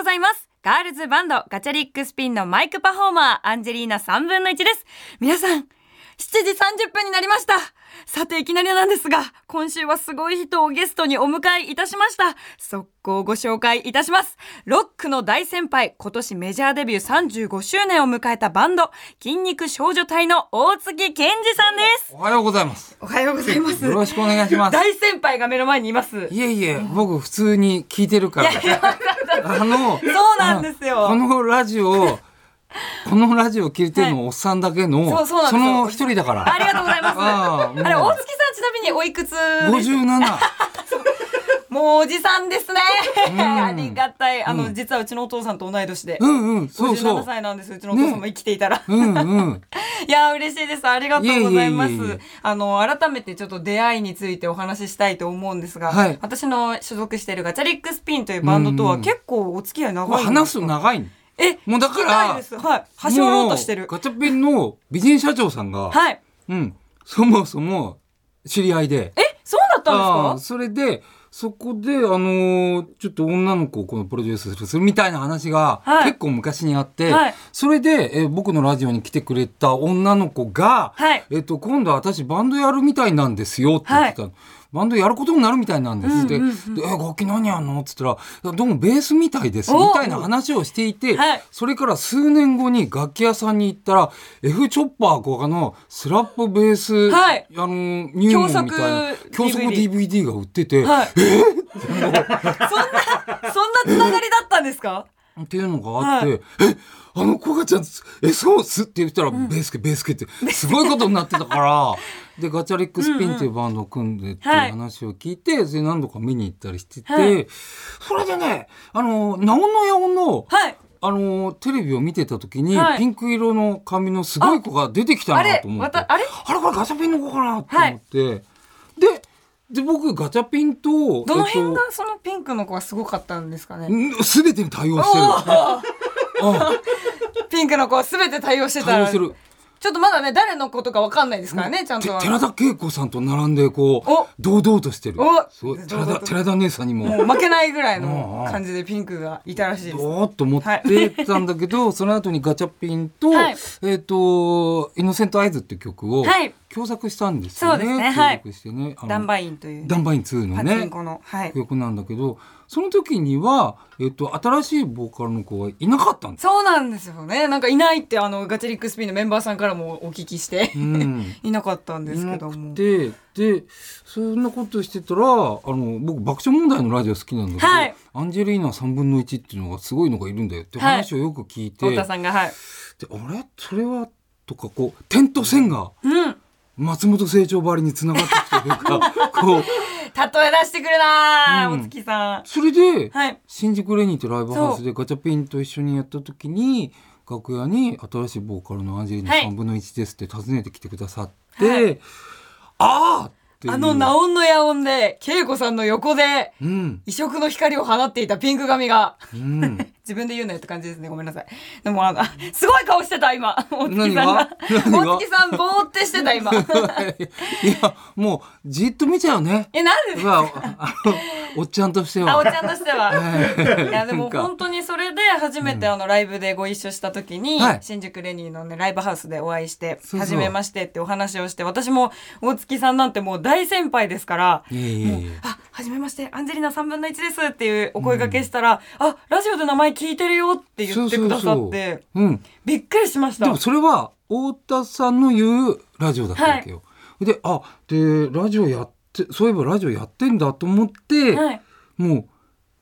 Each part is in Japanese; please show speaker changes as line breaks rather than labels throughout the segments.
ガールズバンドガチャリックスピンのマイクパフォーマー、アンジェリーナ3分の1です。皆さん、7時30分になりました。さて、いきなりなんですが、今週はすごい人をゲストにお迎えいたしました。速攻ご紹介いたします。ロックの大先輩、今年メジャーデビュー35周年を迎えたバンド、筋肉少女隊の大月健二さんです。
おはようございます。
おはようございます。
よろしくお願いします。
大先輩が目の前にいます。
いえいえ、僕普通に聞いてるから。
あの、そうなんですよ。
このラジオ、このラジオ聞いてるのおっさんだけの、はい、そ,その一人だから。
ありがとうございます。あれ、大月さんちなみにおいくつ
?57。
もうおじさんですね。 ありがたい。あの、実はうちのお父さんと同い年で。
うん
。
うん、そうそう、
57歳なんです。うちのお父さんも生きていたら。うんうん。いや、嬉しいです。ありがとうございます。あの、改めてちょっと出会いについてお話ししたいと思うんですが、はい、私の所属しているガチャリックスピンというバンドとは結構お付き合い長いんです
うん、話す長い
え、
もうだから、
はい。端折ろうとしてる。
ガチャピンの美人社長さんが、
はい。
うん。そもそも知り合いで。
え、そうだったんですか
それで、そこで、あのー、ちょっと女の子をこのプロデュースするみたいな話が結構昔にあって、はいはい、それで、えー、僕のラジオに来てくれた女の子が、
はい、
えっ、と、今度私バンドやるみたいなんですよって言ってたの。バンドやることになるみたいなんですって、でえ楽器何やんのっつったら「どうもベースみたいです」みたいな話をしていて、
はい、
それから数年後に楽器屋さんに行ったら F チョッパー小賀のスラップベース、
はい、
あの入門みたいな教則 DVD が売ってて、
はい、えー、そんなそんなつながりだったんですか
っていうのがあって、はい、えあの子がちゃん、え、そうっすって言ったら、うん、ベースケ、ベースケって、すごいことになってたから、 で、ガチャリックスピンっていうバンドを組んでっていう話を聞いて、で、何度か見に行ったりしてて、はい、それでね、あの、なおのやおの、
はい、
あの、テレビを見てた時に、ピンク色の髪のすごい子が出てきたなと思って、あ,
あれ、
あれこれガチャピンの子かなと思って、で、で僕ガチャピンと
どの辺がそのピンクの子はすごかったんですかね
全てに対応してる
ピンクの子は全て対応してたちょっとまだね誰の子とか分かんないですからねちゃんと
寺田恵子さんと並んでこう堂々としてる寺田寺田姉さんにも
も負けないぐらいの感じでピンクがいたらしいです
おっと思ってたんだけど、その後にガチャピンと、えっ、と「イノセントアイズ」っていう曲を、はい共作したんです
よね。そうですね。
はい。してね、
ダンバインという。
ダンバイン2のね。
のはい、
曲なんだけど、その時には、えっと、新しいボーカルの子はいなかった んです
そうなんですよね。なんかいないって、あの、ガチリックスピンのメンバーさんからもお聞きして、うん、いなかったんですけども。
で、で、そんなことしてたら、あの、僕、爆笑問題のラジオ好きなんだけど、はい、アンジェリーナ3分の1っていうのがすごいのがいるんだよって話をよく聞いて。
はい、田さんが、はい。
で、あれそれは、とか、こう、点と線が。
うん。
松本清張ばりにつながってきてというか こう
例え出してくるな、うん、お月さん
それで、
はい、
新宿レニーってライブハウスでガチャピンと一緒にやった時に楽屋に新しいボーカルのアンジェリーナ3分の1ですって訪ねてきてくださって、はい、ああ
あの、ナオンの野音で、恵子さんの横で、
うん、
異色の光を放っていたピンク髪が、
うん、
自分で言うなよって感じですね。ごめんなさい。でも、あの、すごい顔してた、今。大月さんが。大月さん、ぼーってしてた、 今。い
や、もう、じっと見ちゃうね。
え、なんでですか
おっちゃんとして
は。おっちゃんとしては。 いや、でも、本当にそれで、初めて、あの、ライブでご一緒した時に、新宿レニーのね、ライブハウスでお会いして、はじめましてってお話をして、私も、大月さんなんてもう、大先輩ですから、
もうあ、
はじめまして、アンジェリーナ3分の1ですっていうお声がけしたら、うん、あ、ラジオで名前聞いてるよって言ってくださって、びっくりしました。
でもそれは、太田さんの言うラジオだったわけよ。はい、で、あ、で、ラジオやって、そういえばラジオやってんだと思って、
はい、
もう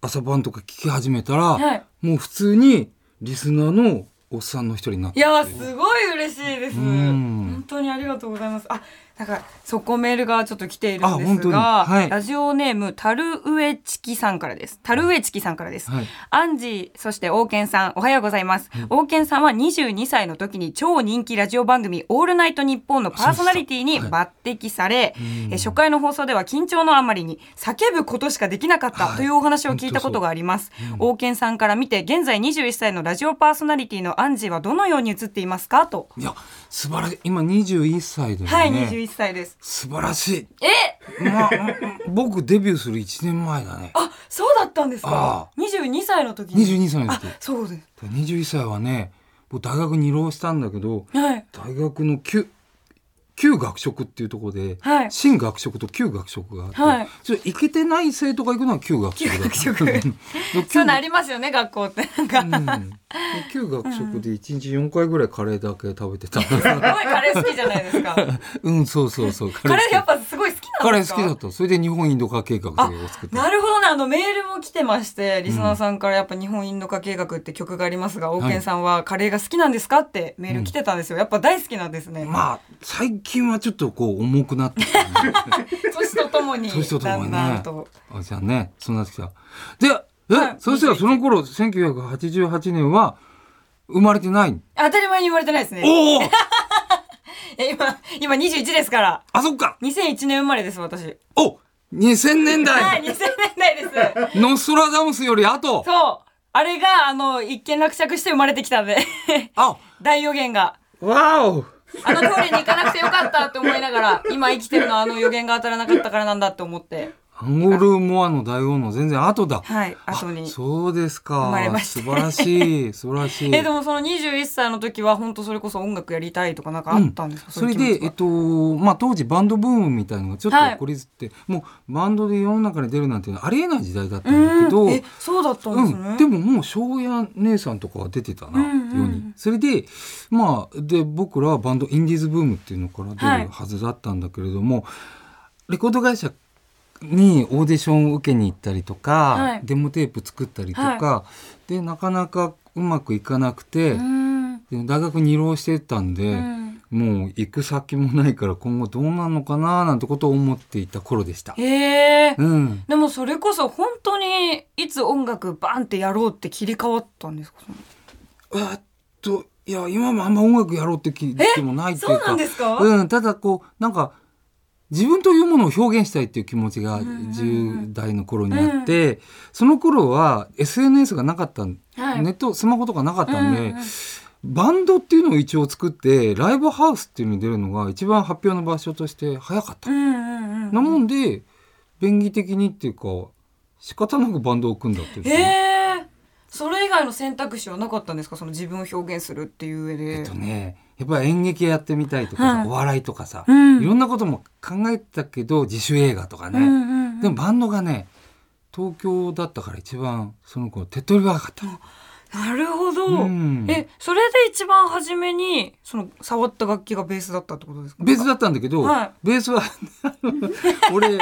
朝晩とか聞き始めたら、はい、もう普通にリスナーのおっさんの一人になって
いやすごい嬉しいです本当にありがとうございますあなんかそこメールがちょっと来ているんですが、
はい、
ラジオネームタルウエチキさんからですタルウエチキさんからです、
はい、
アンジーそして王健さんおはようございます、はい、王健さんは22歳の時に超人気ラジオ番組オールナイトニッポンのパーソナリティに抜擢され、え初回の放送では緊張のあまりに叫ぶことしかできなかったというお話を聞いたことがあります、王健さんから見て現在21歳のラジオパーソナリティのアンジーはどのように映っていますかと
いや素晴らしい今21歳だよね
はい21歳です
素晴らしい
え、
まあ、僕デビューする1年前だね
あそうだったんです
あ
か22歳の時に
22歳の
あ
時
そうです
21歳はね僕大学に移浪したんだけど
はい
大学の旧旧学食っていうところで、
はい
新学食と旧学食があって、
はい
ちょっと行けてない生徒が行くのは旧学食だった
旧学食
で
そうい
旧
うのありますよね学校ってなんかす
うんで旧学食で1日4回ぐらいカレーだけ食べてた
ごいカレー好きじゃないですか
うんそうそうそう
カレーやっ
ぱ
ぱすごい好き
カ
な
レ
んで
ー
す
好
か
きだったそれで日本インド化計画というのを作って
なるほどねあのメールも来てましてリスナーさんからやっぱ「日本インド化計画」って曲がありますが、王健さんはカレーが好きなんですかってメール来てたんですよやっぱ大好きなんですね、
まあ最近はちょっとこう重くなってきたね
年とともに
年とと
だ
もに
ん
ね
だんと
あじゃあねそんなってきたでえ、
はい
そしたらその頃1988年は生まれてない
当たり前に言われてないですね
おお
え今今21ですから
あそっか
2001年生まれです私
お2000年
はい2000
代
年代です
ノストラダムスより後
そうあれがあの一見落着して生まれてきたんで
あ
大予言が
わお
あの通りに行かなくてよかったって思いなが ら今生きてるのはあの予言が当たらなかったからなんだって思って
アンゴルモアの大王の全然後だ
はい後に
そうですか。
生まれました
素晴らしい、素晴らしい。
えでもその21歳の時は本当それこそ音楽やりたいとかなんかあったんですか、
そ
う
れ
いう気
で、え
持
っ
ち
と、まあ、当時バンドブームみたいのがちょっと
はい
起こりずって、もうバンドで世の中に出るなんていうのはありえない時代だった
は
んだけど、
うんえそうだったんですね、
うん、でももう庄屋姉さんとかは出てたな、
うんうん
世にそれでまあで僕らはバンドインディーズブームっていうのから
は
出
い
るはずだったんだけれども、レコード会社にオーディションを受けに行ったりとか、
はい
デモテープ作ったりとか、でなかなかうまくいかなくて、
うん
で大学に移浪してたんで、
うん
もう行く先もないから今後どうなんのかななんてことを思っていた頃でした。
へえ
うん
でもそれこそ本当にいつ音楽バンってやろうって切り替わったんですか
えっといや今もあんま音楽やろうって気気もないっていうか
すか
うん、ただこうなんか自分というものを表現したいっていう気持ちが
うんうん
10代の頃にあって、その頃は SNS がなかったん、
はい
ネットスマホとかなかったんで、
うんうん
バンドっていうのを一応作ってライブハウスっていうのに出るのが一番発表の場所として早かった。
うんうん
なも
うん
んで便宜的にっていうか仕方なくバンドを組んだっていうか
へえそれ以外の選択肢はなかったんですかその自分を表現するっていう上で、
えっとねやっぱり演劇やってみたいとかさ、
はい
お笑いとかさ、
うん
いろんなことも考えてたけど自主映画とか
うん
ね、
うんうん
でもバンドがね東京だったから一番その子手っ取り早かった、
なるほど、
うん
えそれで一番初めにその触った楽器がベースだったってことですか
ベースだったんだけど、
は
ベースは俺弾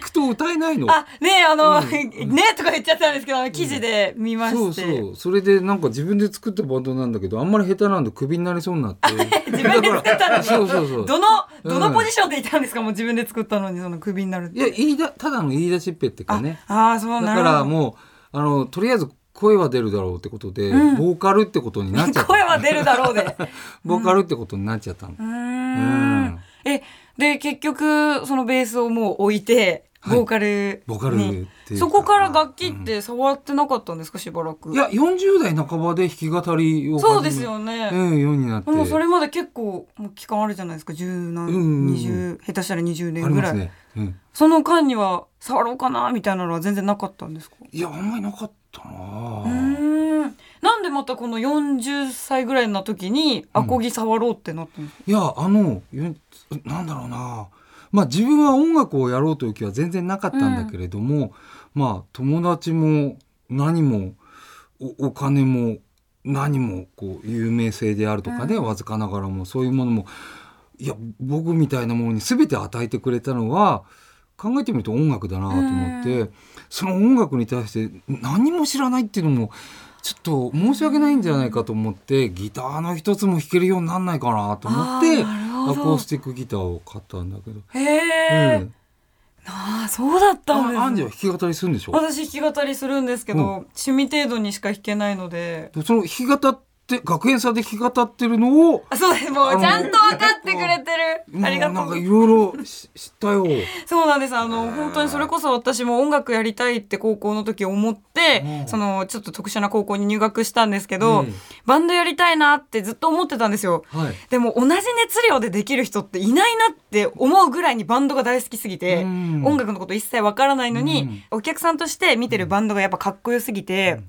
くと歌えないの。
あねえあの、
う ん
ねえとか言っちゃったんですけどあの記事で見まして、
そうそうそれでなんか自分で作ったバンドなんだけどあんまり下手なんでクビになりそうになって
自分で作ったのに
そうそうそう
どのど
う
の
ん
ポジションでいたんですか、もう自分で作ったのにそのクビになるって
いや言いだただの言い出しっぺっていうかね
ああそうな
だ
る
か
ほ
ら
ど
もうあのとりあえず声は出るだろうってことで、
うん
ボーカルってことになっちゃ っ
声
た
は出るだろうでう
ボーカルってことになっちゃったの、
ーん
うん
えで結局そのベースをもう置いて
はい
ボーカルに、
ボーカルっていうか
そこから楽器って触ってなかったんですかしばらく
いや40代半ばで弾き語りを始め
そうですよね、
うんようになって、
もうそれまで結構もう期間あるじゃないですか10何、
うんうんうん
20下手したら20
あ
年
り
ぐ
ま
らい、
すね、うん、
その間には触ろうかなみたいなのは全然なかったんですか
いやあんまりなかったな
うーんなんでまたこの40歳ぐらいの時にアコギ触ろうってなったんですか、
いやあのよなんだろうなまあ自分は音楽をやろうという気は全然なかったんだけれども、まあ友達も何もおお金も何もこう有名性であるとかね、わずかながらもそういうものもいや僕みたいなものに全て与えてくれたのは考えてみると音楽だなと思って、その音楽に対して何も知らないっていうのもちょっと申し訳ないんじゃないかと思ってギターの一つも弾けるようになんないかなと思って
あーなるほど
アコースティックギターを買ったんだけど、
へえ、
うん
ああそうだったんですね
あアンジェは弾き語りするんでしょ
私弾き語りするんですけど、
うん
趣味程度にしか弾けないので
でその弾き語ってって学園祭で弾き語ってるのを
あそうですもうちゃんと分かってくれてるありが
もうなん
と
か
う
いろいろ知ったよ。
そうなんですあの本当にそれこそ私も音楽やりたいって高校の時思って、
うん
そのちょっと特殊な高校に入学したんですけ ど、
うん
バンドやりたいなってずっと思ってたんですよ
はい。
でも同じ熱量でできる人っていないなって思うぐらいにバンドが大好きすぎて、
うん
音楽のこと一切わからないのに、お客さんとして見てるバンドがやっぱかっこよすぎて、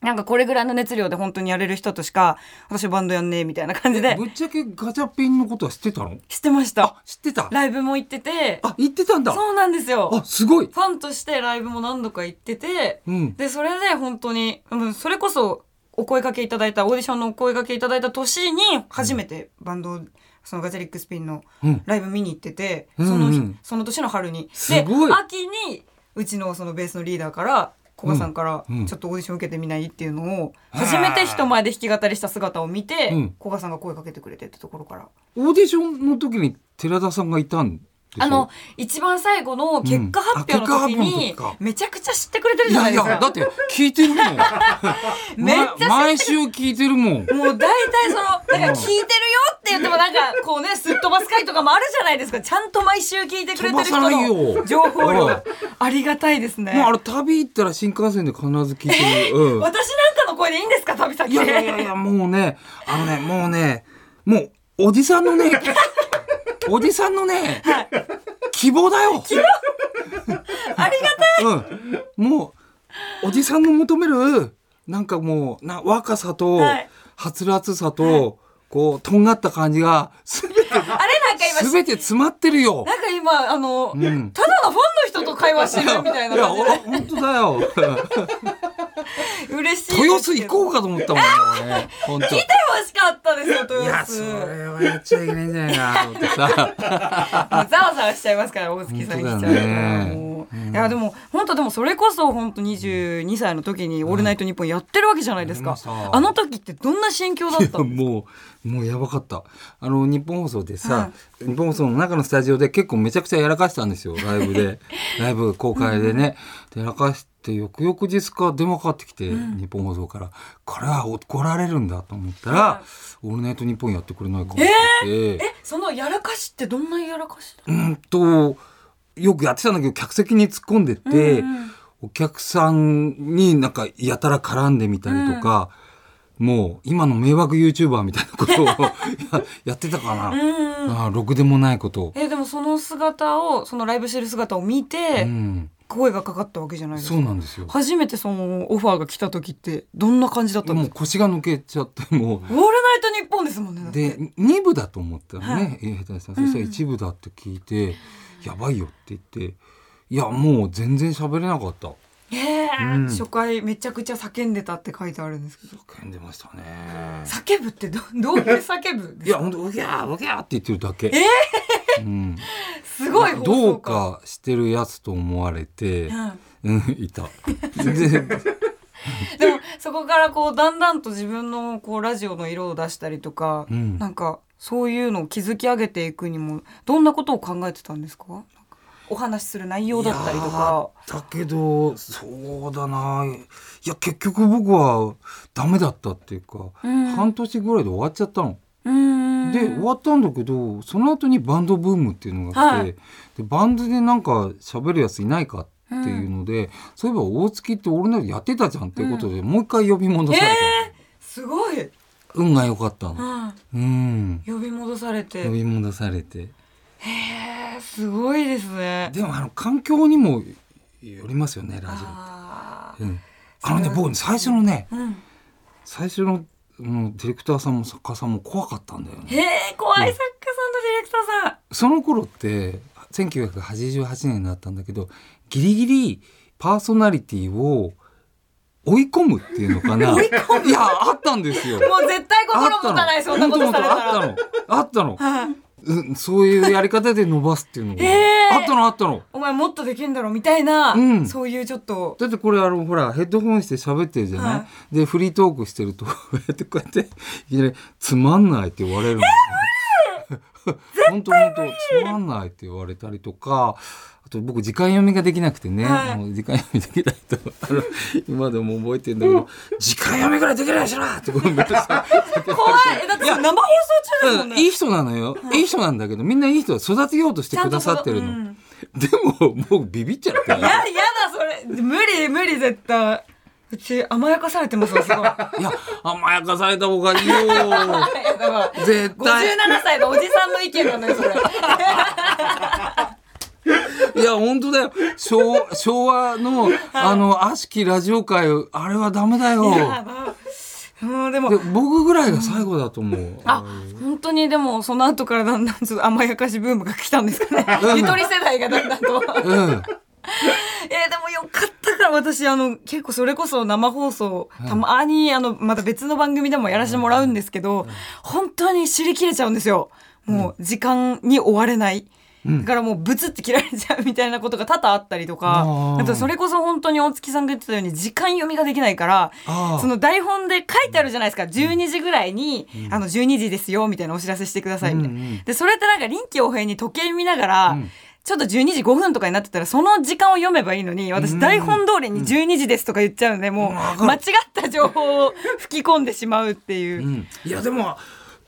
なんかこれぐらいの熱量で本当にやれる人としか私バンドやんねえみたいな感じで
ぶっちゃけガチャピンのことは知ってたの？
してました
知ってた。
ライブも行ってて
あ、言ってたんだ。
そうなんですよ
あ、すごい。
ファンとしてライブも何度か行ってて、
うん
でそれで本当にうんそれこそお声掛けいただいたオーディションのお声掛けいただいた年に初めてバンド、そのガチャリックスピンの
うん
ライブ見に行ってて、
うんうん
その日その年の春に。
すごい
で秋にうちのそのベースのリーダーから古賀さんから、
うんうん
ちょっとオーディション受けてみないっていうのを
へー
初めて人前で弾き語りした姿を見て、
うん
古賀さんが声かけてくれてってところから
オーディションの時に寺田さんがいたんでしょ。
あの、一番最後の結果発表の時に
うんあ結果発表の時か、
めちゃくちゃ知ってくれてる
い
じゃな
や
い
い
です
や、だ
か
っ。て聞いてるもん。
めっちゃ知ってる
ま毎週聞いてるもん。
もう大体その、なんか聞いてるよって言ってもなんかこうね、すっ飛ばす回とかもあるじゃないですか。ちゃんと毎週聞いてくれてる人
飛ばさない
の
よ
情報量が
う
ありがたいですね。
もうあれ旅行ったら新幹線で必ず聞いて る。うん。
私なんかの声でいいんですか旅先
いやいやいやい
で。
や、もうね、あのね、もうね、もう、おじさんのね、おじさんのね、希望だよ。
ありがたい。
うん。もう、おじさんの求める、なんかもう、な若さと
はい、
はつらつさと、こう、とんがった感じが、すべて、
あれなんか今
す、べて詰まってるよ。
なんか今、あの、
ん
ただのファンの人と会話してるみたい
い
な
や、
感
お
じ
本当だよ。
で。嬉しい。
豊洲行
う。
こうかと思ったもんね俺ね。本当。い
欲しかったですよ、豊
や、
洲。
そ
もう
れはやっちゃいけないんじゃないかなと思ってさ。
ざわざわしちゃいますから、大月さん来ちゃうから。もういや、でも、本当でもそれこそ、本当22歳の時に、オールナイトニッポンやってるわけじゃないです
や
か
り。ました
あの時ってどんな心境だったの
もうもうやばかったあの日本放送でさ、日本放送の中のスタジオで結構めちゃくちゃやらかしたんですよライブでライブ公開でね、でやらかして翌々日か電話かかってきて、日本放送からこれは怒られるんだと思ったら「オールナイトニッポン」やってくれないかって言って、
え、そのやらかしってどんなやらかしだ
うーんとよくやってたんだけど客席に突っ込んでって、お客さんになんかやたら絡んでみたりとか、もう今の迷惑 YouTuber みたいな ことをややってたかな、
うん。
ああろくでもないことを、
え、でもその姿を、そのライブしてる姿を見
う
て、
ん、
声がかかったわけじゃないです
そ
か
う。なんですよ
初めてそのオファーが来た時って、どんな感じだったんで
も
す
う
か
腰が抜けちゃっても
オールナイトニッポンですもんねだっ
う
て。
で2部だと思ったの
は
ね、ええ下手したらそしたら1部だって聞いて、やばいよって言っていやもう全然喋れなかった
えー
うん
初回めちゃくちゃ叫んでたって書いてあるんですけど
叫んでましたね
叫ぶってど どういう叫ぶん
い
です
や
か
本当うぎゃーうぎゃーって言ってるだけ。うん、
すごい放
ど
送
うかしてるやつと思われて、
うん
うん、いた。で、
でもそこからこうだんだんと自分のこうラジオの色を出したりとか、
うん
なんかそういうのを築き上げていくにもどんなことを考えてたんですかなんかお話しする内容だったりとか
いやーだけどそうだないや結局僕はダメだったっていうか、
うん
半年ぐらいで終わっちゃったの。
うーん
で終わったんだけどその後にバンドブームっていうのが来て、
はい
でバンドでなんか喋るやついないかっていうので、そういえば大月って俺のやってたじゃんっていうことで、もう一回呼び戻されたの、
すごい、
運が良かった
う
の。
ん、
うん
呼び戻されて
呼び戻されて
へえすごいですね
でもあの環境にもよりますよねラジ
あ
オうん、あのね僕ね最初のね
ーうん
最初のうんディレクターさんも作家さんも怖かったんだよね
へえ怖い作家さんとディレクターさん
その頃って1988年だったんだけどギリギリパーソナリティを追い込むっていうの かな追い込むいやあったんですよ
もう絶対心もたないそんなことされた
あった
ら
のあっ たのあったの
はい
うんそういうやり方で伸ばすっていうのが、
へー
あったのあったの
お前もっとできるんだろうみたいな、
うん
そういうちょっと
だってこれあのほらヘッドホンして喋ってるじゃない、
は
で フリートークしてるとこうやってこうやっていきなり「つまんない」って言われるの、本当本当つまんないって言われたりとかあと僕時間読みができなくてね、
はい
もう時間読みできないとあの今でも覚えてるんだけど、時間読みぐらいできないしなってこうめっちゃ
怖いえだって生放送中ですもんね
いい人なのよ、い、い人なんだけどみんないい人を育てようとしてくださってるの、
うん
でももうビビっちゃっ
い
て
ややだそれ無理無理絶対うち甘やかされてますわすごいいや
いや甘やかされた方がいいよ
だから
絶
57
対
歳のおじさんの意見なのよそれ
いや本当だよ昭昭和のあの悪しきラジオ界あれはダメだよ
うんでも
で僕ぐらいが最後だと思う
あ本当にでもその後からだんだんちょっと甘やかしブームが来たんです かねゆとり世代がだ んだんと
う
え
ん
ーでもよかったから私あの結構それこそ生放送たまにあのまた別の番組でもやらせてもらうんですけど本当に知り切れちゃうんですよもう時間に追われない。だからもうブツって切られちゃうみたいなことが多々あったりと
あ
か
ー
あとそれこそ本当に大月さんが言ってたように時間読みができないから
あー
その台本で書いてあるじゃないですか12時ぐらいに、あの12時ですよみたいなお知らせしてくださいみたいな、
うんうん
でそれってなんか臨機応変に時計見ながら、
ん
ちょっと12時5分とかになってたらその時間を読めばいいのに私台本通りに12時ですとか言っちゃうんでもう間違った情報を吹き込んでしまうっていう。
うんいやでも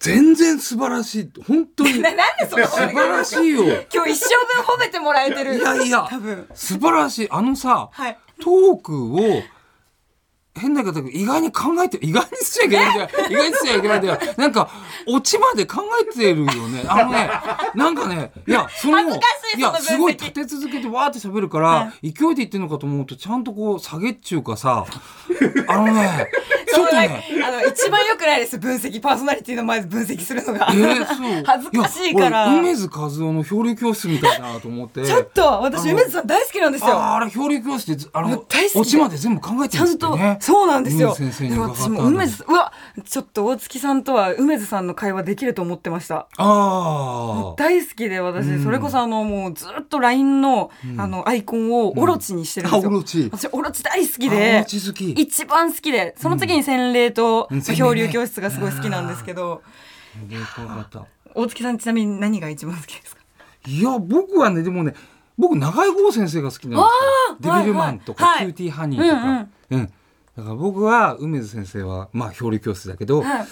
全然素晴らしい本 当に
ななんでそんな
素晴らしいよい
今日一生分褒めてもらえてる。
やいや
多分。
素晴らしいあのさ、
はい
トークを変な言い方だけど意外に考えて意外にしちゃいけないんだよ 意外にしちゃいけないんだよなんかオチまで考えてるよねあの ねなんかねいやその
恥ずかしい
や
その分析
すごい立て続けてわーって喋るから、勢いで言ってるのかと思うとちゃんとこう下げっちゅう かさあのねちょっとね
そのあの一番良くないです分析パーソナリティの前で分析するのが、
えーそう
恥ずかしいから
や俺梅津和夫の漂流教室みたいだなと思って
ちょっと私
あの
梅津さん大好きなんですよ。
あーあれ漂流教室でずあ
も
の
う大好きで
オチまで全部考えて
ち
る
ゃ
んです
ん
って
と、
ね
そうなんですよ。
梅津先生に
だ
伺
か
っ
ら
た
私
んだ
も梅津、うわ、ちょっと大月さんとは梅津さんの会話できると思ってました。
ああ。
大好きで私、
うん
それこそあのもうずっと LINE の、あのアイコンをオロチにしてるんですよ。
うんあオロチ
私オロチ大好き
あオロ
で。
チ好き
一番好きで、その次に洗礼と
うん洗礼ね
漂流教室がすごい好きなんですけど、
でかかった
大月さんちなみに何が一番好きですか
いや僕はねでもね僕永井豪先生が好きなんですよ。
わあ
デビルマンとか、
はいはい
キューティーハニーとか。うん、だから僕は梅津先生はまあ表裏教室だけど、
はい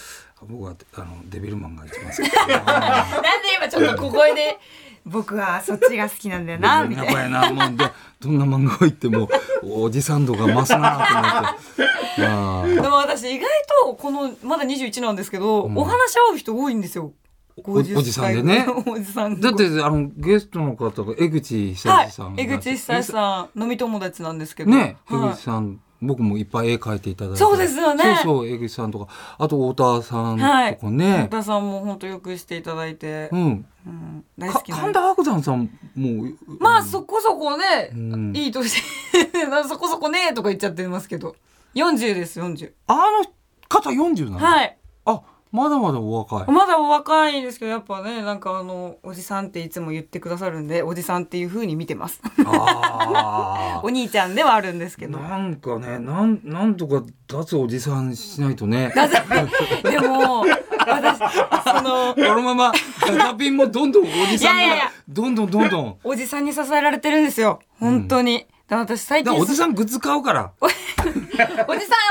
僕はあのデビルマンが一番好きだな。
なんで今ちょっと小声で、僕はそっちが好きなんだよ な、みたいな。
やばいなもうでどんな漫画を言ってもおじさん度が増すなと思っ て。あー
でも私意外とこのまだ21なんですけど、お話し合う人多いんですよ。
おじおじさんでね
おじさん
だってあのゲストの方が江口久
は
志
い
さん、が、
江口久志さん飲み友達なんですけど。
ね、江
は
口さん、僕もいっぱい絵描いていただいて。
そうですよね
そうそう、江口さんとか、あと太田さん
い。はい。
とかね
本。田さんも本当よくしていただいて、
うん。
うん大好
か
きなん
神
で。
田伯山さんも。
まあそこそこね、
うん
いい年 そこそこねとか言っちゃってますけど、40です40。
あの方40なの、
はい。
あ、まだまだお若い。
まだお若いですけどやっぱねなんかあのおじさんっていつも言ってくださるんでおじさんっていう風に見てます。
あ
お兄ちゃんではあるんですけ
ー
ど。
なんかね、なん、なんとか脱おじさんしないとね。
なぜでも私その
この まま、ガチャピンもどんどんおじさんが、
いやいやいや
どんどんどんどん。
おじさんに支えられてるんですよ本当に。だから私最
だ
近
からおじ
ん
さんグッズ買うから。
おじさん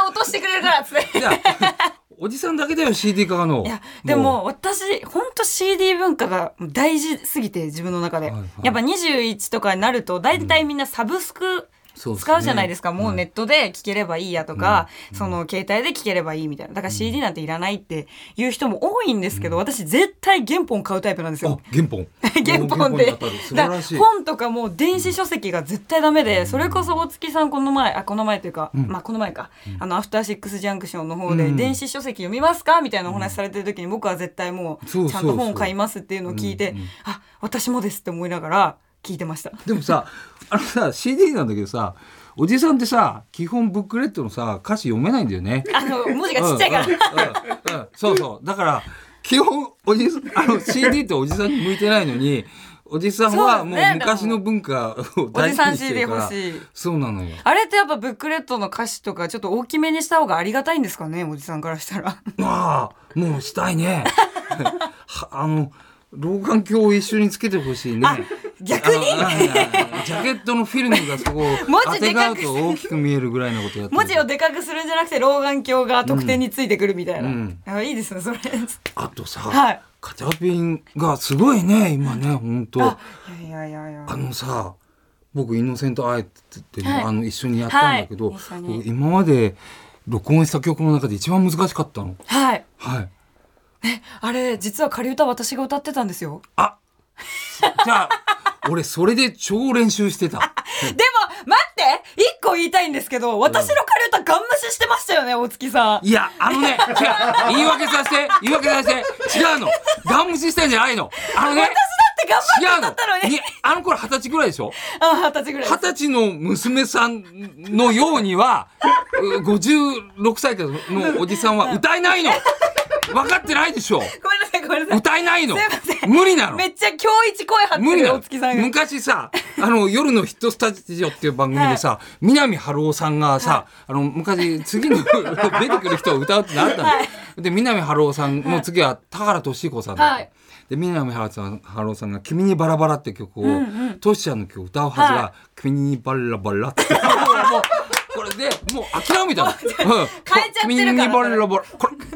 落としてくれるからっつって。
いや、 おじさんだけだよ、CD 買うの。
いやでも私本当 CD 文化が大事すぎて自分の中で、
はいはい
やっぱ21とかになると大体みんなサブスク、
そうですね
使うじゃないですかもうネットで聞ければいいやとか、その携帯で聞ければいいみたいなだから CD なんていらないっていう人も多いんですけど、私絶対原本買うタイプなんですよ。
あ、原本
原本で
原本に当たる素
だか
晴
らら
しい。
本とかも電子書籍が絶対ダメで、それこそ大月さんこの前あこの前というか、まあこの前か、あのアフターシックスジャンクションの方
う
で
ん
電子書籍読みますかみたいなお話されてる時に僕は絶対もうち
そうそうそう
ゃんと本を買いますっていうのを聞いて、
うんうん
あ私もですって思いながら聞いてました。
でもさ、あのさ、CD なんだけどさ、おじさんってさ、基本ブックレットのさ、歌詞読めないんだよね。
あの文字 がちっちゃいから、
うんうんうんうんそうそう。だから、基本、おじさん、あの CD っておじさんに向いてないのに、おじさんは
そう
も
で
う
すね
昔の文化を
お
大
じ
事
さん
にして
CD
るか
欲
ら。
しい。
そうなのよ。
あれってやっぱブックレットの歌詞とかちょっと大きめにした方がありがたいんですかねおじさんからしたら。
まあ、もうしたいね。はあの、老眼鏡を一緒につけてほしいね。
逆に
あのはいはいはいジャケットのフィルムがそこを
文
当
字
て
で
が
か
う
くする
と大きく見えるぐらいのことやってる
文字をでかくするんじゃなくて老眼鏡が得点についてくるみたいな、
うん
あいいですねそれ
あとさ、
はい
カチャピンがすごいね今ね本当
あ
あ
いやいやいや
のさ僕イノセントアイって、
はい
あの一緒にやったんだけど、
はい一緒に
僕今まで録音した曲の中で一番難しかったの。
はい
はい。
あれ実は仮歌私が歌ってたんですよ
あ、じゃあ俺それで超練習してた。
でも待って一個言いたいんですけど私の仮歌ガン無視してましたよね大月さん
いや、あのね、違う、言い訳させて、言い訳させて、違うの。ガン無視したんじゃないの。あのね、
私だって
違
頑
う
張って歌
の
ったの。に
にあの頃二十歳ぐらいでしょ
あ二十歳ぐらい
二
です
十歳の娘さんのようには、う56歳からのおじさんは歌えないの。分かってないでしょ。
ごめんなさいごめんなさい
歌えないの
すいませ。ん
無理なの
め。っちゃ今日一声張っ
無
て
理
る
な
大月さん
の
が
昔さあの夜のヒットスタジオっていう番組でさ、南春夫さんがさ、あの昔次の 出てくる人を歌うってなったんだよ、
は
で南春夫さんの次は田原俊彦さんだった、
はい
で南春夫さん春夫さんが「君にバラバラ」って曲を、
んうん
トシちゃんの曲を歌うはずが「
は
君にバラ バラ」ってもうもうこれでもう諦めたの、うん
変えちゃってるから
君にバラバラこれ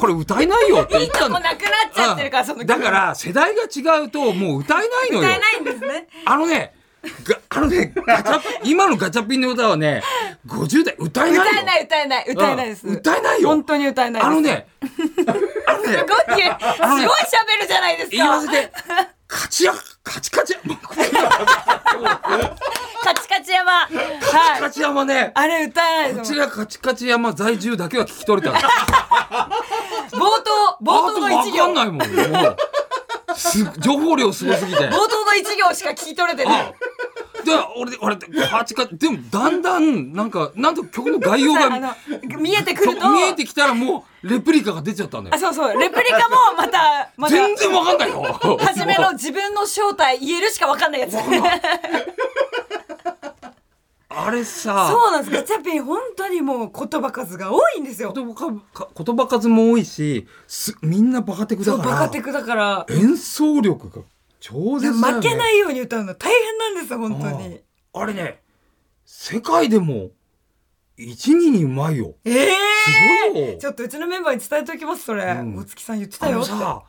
これ歌えないよって言った
も
の
うなくなっちゃってるからその
うん
曲
だから世代が違うともう歌えないのよ
歌えないんですね
あのね、があのね、ガチャピン今のガチャピンの歌はね、50代歌えないよ。
歌えない歌えない歌えないです、
うん歌えないよ
本当に歌えないです
あのね、あの
す、ごいす
ね
ごい喋るじゃないです
言わせ
か
て、カチや、カチカチや、もうこれ
カチカチ山は
カ
い
チ山ね、
あれ歌えない
こ
です
ち
もん
らカチカチ山在住だけは聞き取れたの。
冒頭冒頭の一行
あとわかんないもん。もうす情報量すごすぎて。
冒頭の一行しか聞き取れてない
あで俺で俺でカチカチでもだんだんなんかなんと曲の概要
あ
が
の見えてくると
見えてきたらもうレプリカが出ちゃったんだよ
あ。そうそうレプリカもまたまた
全然わかんないよ。
初めの自分の正体言えるしかわかんないやつ
あれさ、
そうなんですガチャピン本当にもう言葉数が多いんですよ
言葉か言葉数も多いし、すみんなバカテク
そ
だ
う
か
バカ
ら
テクだから
演奏力が超絶だよ、ね。
負けないいように歌うの大変なんですよ本当に
あれね、世界でも一二にうまいよ。
ええ
すごいよ。
ちょっとうちのメンバーに伝えておきますそれ、
うん
大月さん言ってた
あ
よ
の
って
さ、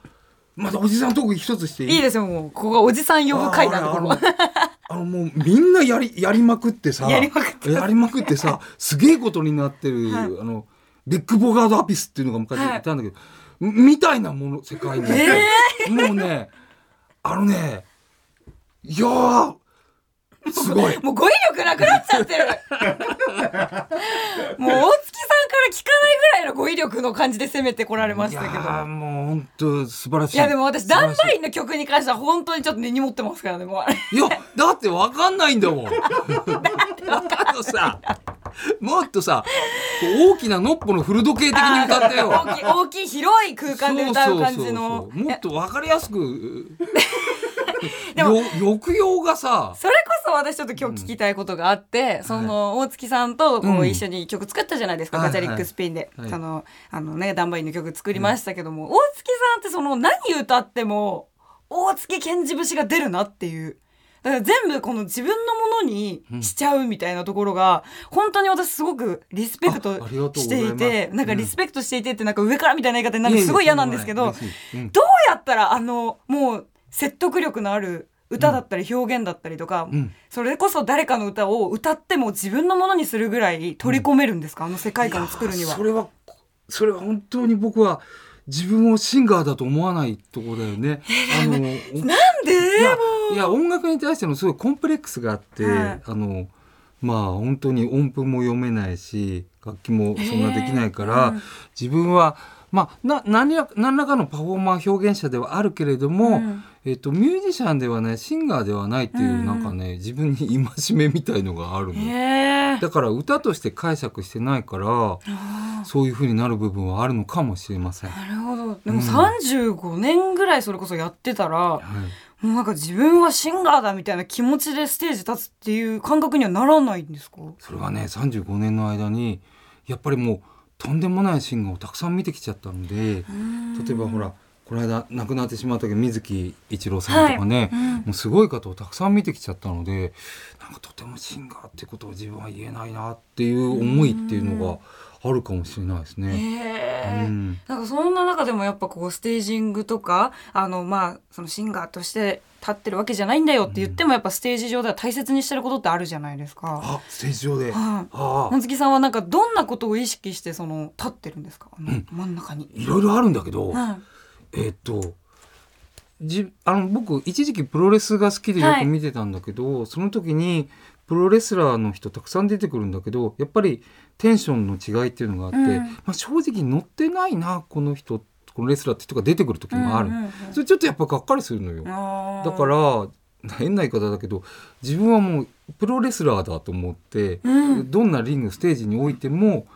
またおじさんのトーク一つしていい
いいですよもうここがおじさん呼ぶ会な
あ
ん
の
でここ
あのもうみんなやりやりまくってさ
やりまくって
やりまくってさすげえことになってる、
はい
あのレック・ボガード・アピスっていうのが昔
はい
いたんだけど、みたいなもの世界に、
え
もうねあのねいやーすごい
もう語彙力なくなっちゃってるもう大月さんから聞かないぐらいの語彙力の感じで攻めてこられま
い
し
や
たけど
ーもう本当素晴らしい
いやでも私
素晴
ダ
ら
ン
し
バインの曲に関しては本当にちょっと根に持ってますからねもうあれ
いいやだってわかんないん だもんあのさもっとさこう大きなノッポの古時計的に 歌ってよ
大きい大きい広い空間で歌う感じ
そうそう
の
そうそうもっとわかりやすく
でも
よ抑揚がさ
それこそ私ちょっと今日聞きたいことがあって、その大月さんとこう一緒に曲作ったじゃないですか、
はい
ガチャリックスピンで、
はい
そのあのねダンバインの曲作りましたけども、大月さんってその何歌っても大月健二節が出るなっていうだから全部この自分のものにしちゃうみたいなところが、本当に私すごくリスペク
あありがと
ト
うございます
していてなんかリスペクトしていてってなんか上からみたいな言い方になる
い
の
やいや
すごい嫌なんですけど、
とんでもないですうん
どうやったらあのもう説得力のある歌だったり表現だったりとか、
うん
それこそ誰かの歌を歌っても自分のものにするぐらい取り込めるんですか、あの世界観を作るに
いや
は
そ。れはそれは本当に僕は自分をシンガーだと思わないとこだよね。あの
なんで
いや
もう
いや音楽に対してのすごいコンプレックスがあって、
はい
あのまあ本当に音符も読めないし楽器もそんなできないから、自分はまあな何ら何らかのパフォーマー表現者ではあるけれども、
うん
えっとミュージシャンではないシンガーではないっていう、
うん
なんかね自分に戒めみたいのがあるの。
へえ
だから歌として解釈してないからそういう風になる部分はあるのかもしれません。は
なるほどでも
うん
35年ぐらいそれこそやってたら、
い、
もうなんか自分はシンガーだみたいな気持ちでステージ立つっていう感覚にはならないんですか
それはね35年の間にやっぱりもうとんでもないシンガーをたくさん見てきちゃったので例えばほらここの間亡くなってしまったけど水木一郎さんとかね、はいうん、もうすごい方をたくさん見てきちゃったのでなんかとてもシンガーってことを自分は言えないなっていう思いっていうのが。あるかもしれないですね。
うん、なんかそんな中でもやっぱこうステージングとかあのまあそのシンガーとして立ってるわけじゃないんだよって言っても、やっぱステージ上では大切にしてることってあるじゃないですか。
あステージ上で。
はあ、夏木さんはなんかどんなことを意識してその立ってるんですか。うん、真ん中に。
いろいろあるんだけど、うん、えっと。じあの僕一時期プロレスが好きでよく見てたんだけど、はい、その時にプロレスラーの人たくさん出てくるんだけどやっぱりテンションの違いっていうのがあって、うん、まあ、正直乗ってないなこの人このレスラーって人が出てくる時もある、それちょっとやっぱがっかりするのよだから変な言い方だけど自分はもうプロレスラーだと思って、うん、どんなリングステージにおいても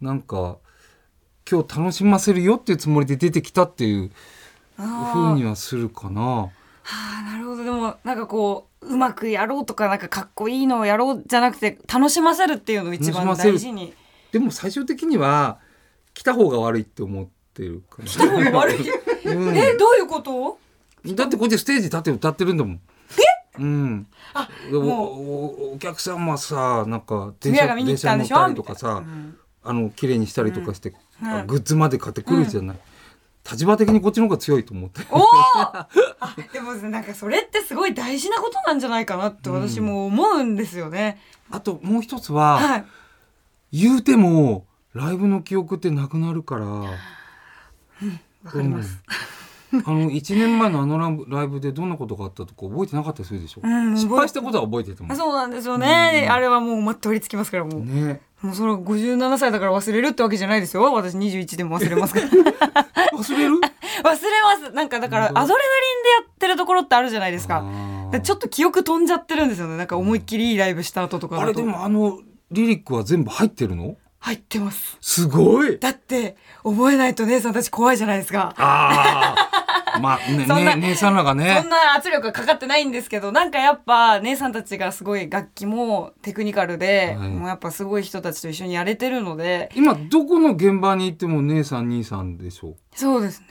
なんか今日楽しませるよっていうつもりで出てきたっていうふうにはするかな。
はあ、なるほどでもなんかこううまくやろうとかなんかかっこいいのをやろうじゃなくて楽しませるっていうのを一番大事に
でも最終的には来た方が悪いって思ってるから
来た方が悪い、うん、えどういうこと
だってこっちステージ立って歌ってるんだもんうん、
あ
おおお客さんはさなんか
電車電車乗った
りとかさ、うん、あの綺麗にしたりとかして、うんうん、グッズまで買ってくるじゃない、立場的にこっちの方が強いと思って。
おお。でもなんかそれってすごい大事なことなんじゃないかなって私も思うんですよね。
うん、あともう一つは、はい、言うてもライブの記憶ってなくなるから。わ、
うん、かります。
うん、あの1年前のあのライブでどんなことがあったとか覚えてなかったりするでしょ、うん、失敗したことは覚えてても
そうなんですよね、あれはもう全く取りつきますからもう、
ね、
もうそれ57歳だから忘れるってわけじゃないですよ私21でも忘れますから
忘れる
忘れますなんかだからアドレナリンでやってるところ ってあるじゃないですかちょっと記憶飛んじゃってるんですよねなんか思いっきりいいライブした後とか
あれでもあのリリックは全部入ってるの
入ってます
す ごい
だって覚えないと姉さんたち怖いじゃないですか
ああまあ、ね、そんな、ね、姉さんらがね。
そんな圧力がかかってないんですけど、なんかやっぱ姉さんたちがすごい楽器もテクニカルで、はい、もうやっぱすごい人たちと一緒にやれてるので。
今、どこの現場に行っても姉さん、兄さんでしょう。
そうですね。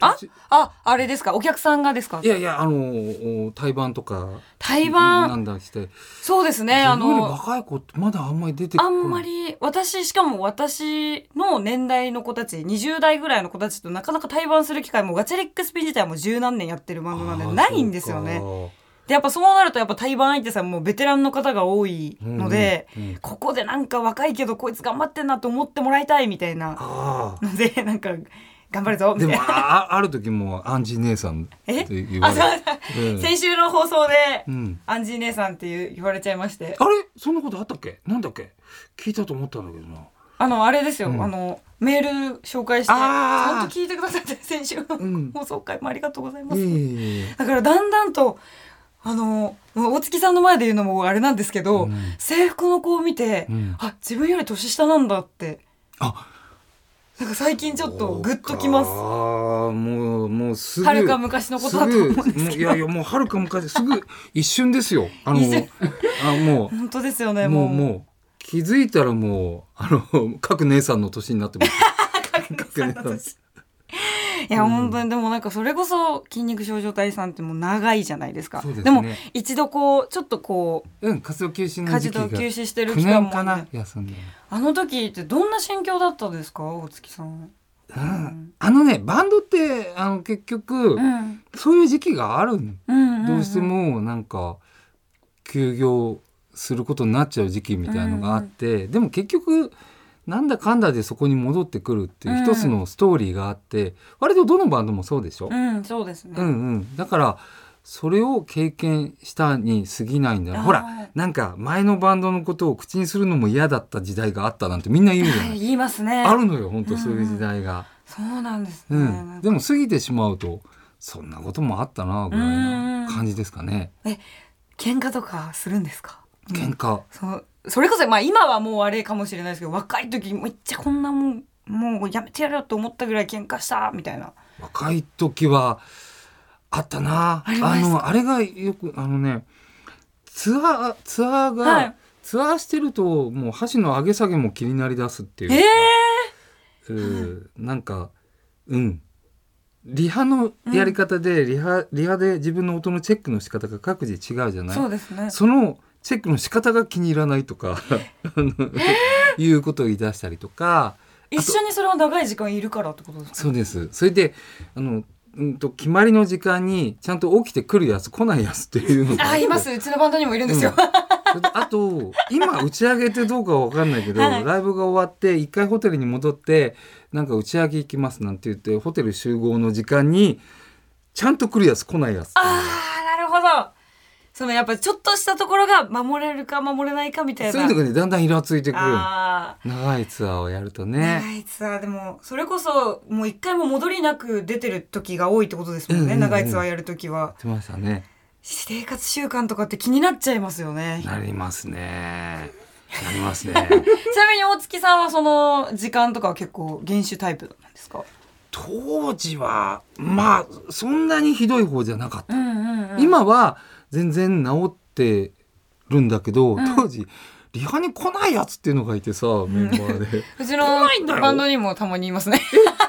あ、あ、あれですか、お客さんがですか。
いやいや、あの、対バンとか。
対バン。
なんだして。
そうですね、あの。
若い子ってまだあんまり出て
あんまり、私、しかも私の年代の子たち、20代ぐらいの子たちとなかなか対バンする機会も、ガチャリックスピン自体も十何年やってるバンドなんで、ないんですよね。でやっぱそうなるとやっぱ対バン相手さんもベテランの方が多いので、うんうん、ここでなんか若いけどこいつ頑張ってんなと思ってもらいたいみたいなのでなんか頑張るぞ
でもああ る時もアンジー姉さんって言われ
て、先週の放送で、うん、アンジー姉さんって言われちゃいまして
あれそんなことあったっけなんだっけ聞いたと思ったんだけどな
あのあれですよ、うん、あのメール紹介してちゃんと聞いてくださって先週の放送回もありがとうございます、うん、だからだんだんとあの大月さんの前で言うのもあれなんですけど、制服の子を見て、あ自分より年下なんだって
あ
なんか最近ちょっとグッときます。
ああ、もう、もうすぐ。
はるか昔のことだと思うんですけ
いやいや、もうはるか昔、すぐ、一瞬ですよ。 あの、あも
う。本当ですよね、
もう。 もう、気づいたらもう、あの、 各姉さんの年になって ます。
各姉さんの年。いや、本当に、でもなんかそれこそ、筋肉症状体さんってもう長いじゃないですか。
で,すね、
でも、一度こう、ちょっとこ
う。うん、活動休止の
活動休止してる期間も、
ね、休んで。
あの時ってどんな心境だったですか大月さん、
うん、あのねバンドってあの結局、うん、そういう時期がある、どうしてもなんか休業することになっちゃう時期みたいのがあって、うん、でも結局なんだかんだでそこに戻ってくるっていう一つのストーリーがあって、割とどのバンドもそうでしょ、
そうですね、
うんうん、だからそれを経験したに過ぎないんだほらなんか前のバンドのことを口にするのも嫌だった時代があったなんてみんな言うじゃない
言いますね
あるのよ本当そういう時代が、、
うん、そうなんですね、うん
でも過ぎてしまうとそんなこともあったなぐらいな感じですかね
え喧嘩とかするんですか
喧嘩、うん、
そうそれこそまあ今はもうあれかもしれないですけど若い時めっちゃこんなもんもうやめてやるよと思ったぐらい喧嘩したみたいな
若い時はあったな。あの、あれがよく、あのね、ツアー、ツアーが、はい、ツアーしてると、もう箸の上げ下げも気になりだすっていう。
え
えー、なんか、うん。リハのやり方で、リハリハで自分の音のチェックの仕方が各自違うじゃない
そうですね
そのチェックの仕方が気に入らないとかあの いうことを言い出したりとか
一緒にそれは長い時間いるからってことですか
そうですそれであの、うん、と決まりの時間にちゃんと起きてくるやつ来ないやつっていうのが
あいますうちのバンドにもいるんですよ、
それであと今打ち上げてどうかは分かんないけど、
はい
ライブが終わって一回ホテルに戻ってなんか打ち上げ行きますなんて言ってホテル集合の時間にちゃんと来るやつ来ないやつっていうのが
ああなるほどそのやっぱちょっとしたところが守れるか守れないかみたいな
そういうのがねだんだんイラついてくる
あ
長いツアーをやると
あ、
ね
長いツアーでもそれこそもう一回も戻りなく出てる時が多いってことですもんね、
うんうんうん
長いツアーやる時は
やってましたね
生活習慣とかって気になっちゃいますよね
なりますねなります ね
ちなみに大月さんはその時間とかは結構厳守タイプなんですか
当時はまあそんなにひどい方じゃなかった
うんうんうん
今は全然治ってるんだけど、当時リハに来ないやつっていうのがいてさ、メンバー で
うちの
いんだよ
バンドにもたまにいますね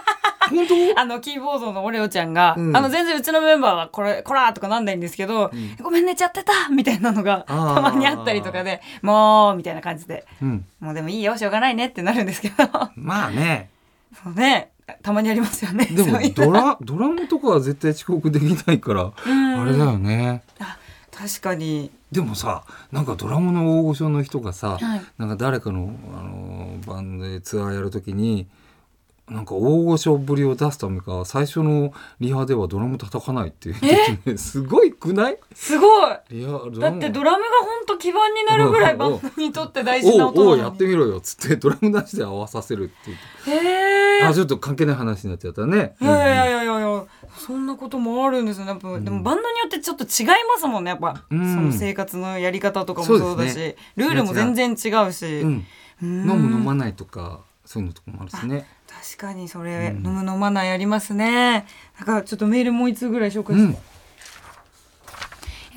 本当
あのキーボードのオレオちゃんが、
うん
あの全然うちのメンバーはこれこらーとかなんないんですけど、ごめん寝ちゃってたみたいなのが
あー
たまにあったりとかでもうみたいな感じで
うん、
もうでもいいよしょうがないねってなるんですけど
まあね
そうねたまにありますよね
でも
そういう
ドラドラムとかは絶対遅刻できないから
うん
あれだよね
あ確かに
でもさなんかドラムの大御所の人がさ、
はい
なんか誰かのあのバンドでツアーやるときになんか大御所ぶりを出すためか最初のリハではドラム叩かないっていう人ねすごいくない
すごい
リハド
だ
ラ
っ
ム
てドラムがほんと基盤になるぐらいバンドにとって大事な
おうお
音
う
なの
やって
に
みろよっつってドラムなしで合わさせるって言って
へー
あちょっと関係ない話になっちゃったね。
いやいやいやいやいやそんなこともあるんですねやっぱ、でもバンドによってちょっと違いますもんねやっぱ、
うん
その生活のやり方とかも
そう
そうだ
で
し、
すね
ルールも全然違うし、
うんうん
うん
飲む飲まないとかそういうのとかもあるしね。
確かにそれ、
うん
飲む飲まないありますねなんかちょっとメールもう一通ぐらい紹介
う
して、
ん、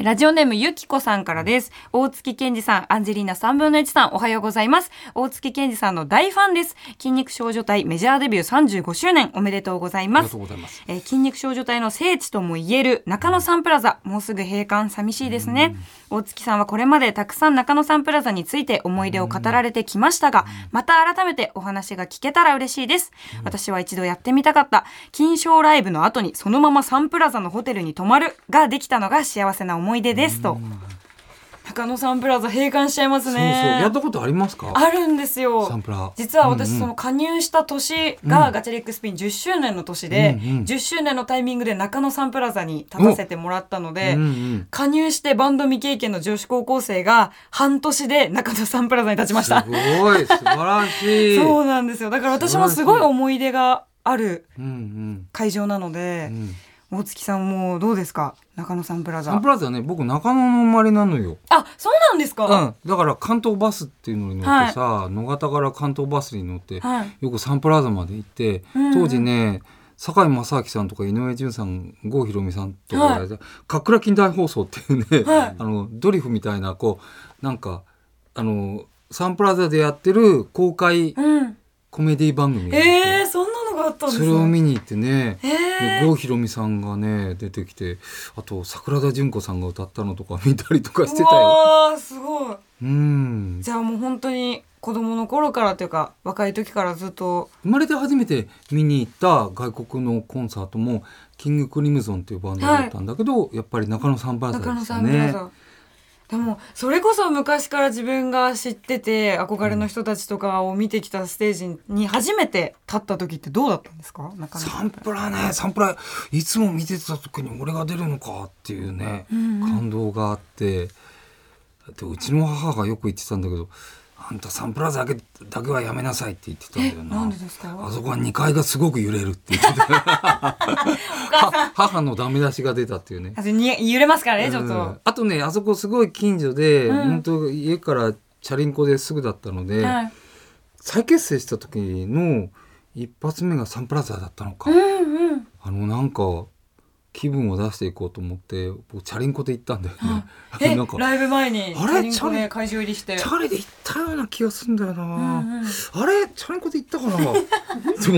ラジオネームゆきこさんからです。大月健二さん、アンジェリーナ3分の1さん、おはようございます。大月健二さんの大ファンです。筋肉少女隊メジャーデビュー35周年おめでとうござい
あり
ま
が
す
とう。ございます。
えー筋肉少女隊の聖地ともいえる中野サンプラザ、もうすぐ閉館寂しいですね。大月さんはこれまでたくさん中野サンプラザについて思い出を語られてきましたが、また改めてお話が聞けたら嬉しいです。私は一度やってみたかった、金賞ライブの後にそのままサンプラザのホテルに泊まるができたのが幸せな思い出ですと。中野サンプラザ閉館しちゃいます
そうそう
ね。
やったことありますか？
あるんですよ。
サンプラー
実は
うんう
私
ん
その加入した年がガチャリックスピン10周年の年で、
うんうん
10周年のタイミングで中野サンプラザに立たせてもらったので、
うんうん
加入してバンド未経験の女子高校生が半年で中野サンプラザに立ちまし
す
た。
ごい素晴らしい。
そう
う。
なんですよ。だから私もすごい思い出がある
ん
会場なの
うんう
で、
ん。
大月さんもどうですか中野サンプラ
サン
ザ
プ。ラザね僕中野の生まれなのよ。
あ、そうなんです
う
か、
ん。だから関東バスっていうのに乗ってさ、野方から関東バスに乗って、
はい。
よくサンプラザまで行って、
うんうん
当時ね堺正明さんとか井上順さん郷ひろみさんとか
はい
やってかっくら近代放送」っていうね、
はい
あのドリフみたいなこうなんかあのサンプラザでやってる公開
うん。
コメディ番組があって
えー、そんなのがあったんです
そ
ね
れを見に行ってね
えー
郷ひろみさんがね出てきてあと桜田淳子さんが歌ったのとか見たりとかしてた
う
よ。
わーすごい。
うん
じゃあもう本当に子供の頃からというか若い時からずっと
生まれて初めて見に行った外国のコンサートもキングクリムゾンっていうバンドだったんだけど、やっぱり中野サンバーザ
中
ーで
野
し
サ
た
ンプラ
ね
ザ。でもそれこそ昔から自分が知ってて憧れの人たちとかを見てきたステージに初めて立った時ってどうだったんですか中野
サンプラーねサンプラーいつも見てた時に俺が出るのかっていうね、
うんうん
感動があってでうちの母がよく言ってたんだけど「あんたサンプラーザだけだけはやめなさい」って言ってたんだよな。
なんでですか
あそこは2階がすごく揺れるって言ってたは 母のダメ出しが出たっていうね
あそれに揺れますからねちょっ
うん
と、
あとねあそこすごい近所で、
うん
本当家からチャリンコですぐだったので、
はい
再結成した時の一発目がサンプラザだったのか、
うんうん
あのなんか気分を出していこうと思って僕チャリンコで行ったんだよね、
え
なんか
ライブ前にチ
あれ
ャリンコ
チャ
で
リ
会場入りして
チャリで行ったような気がするんだよな、
うんうん
あ れチャリンコで行ったかな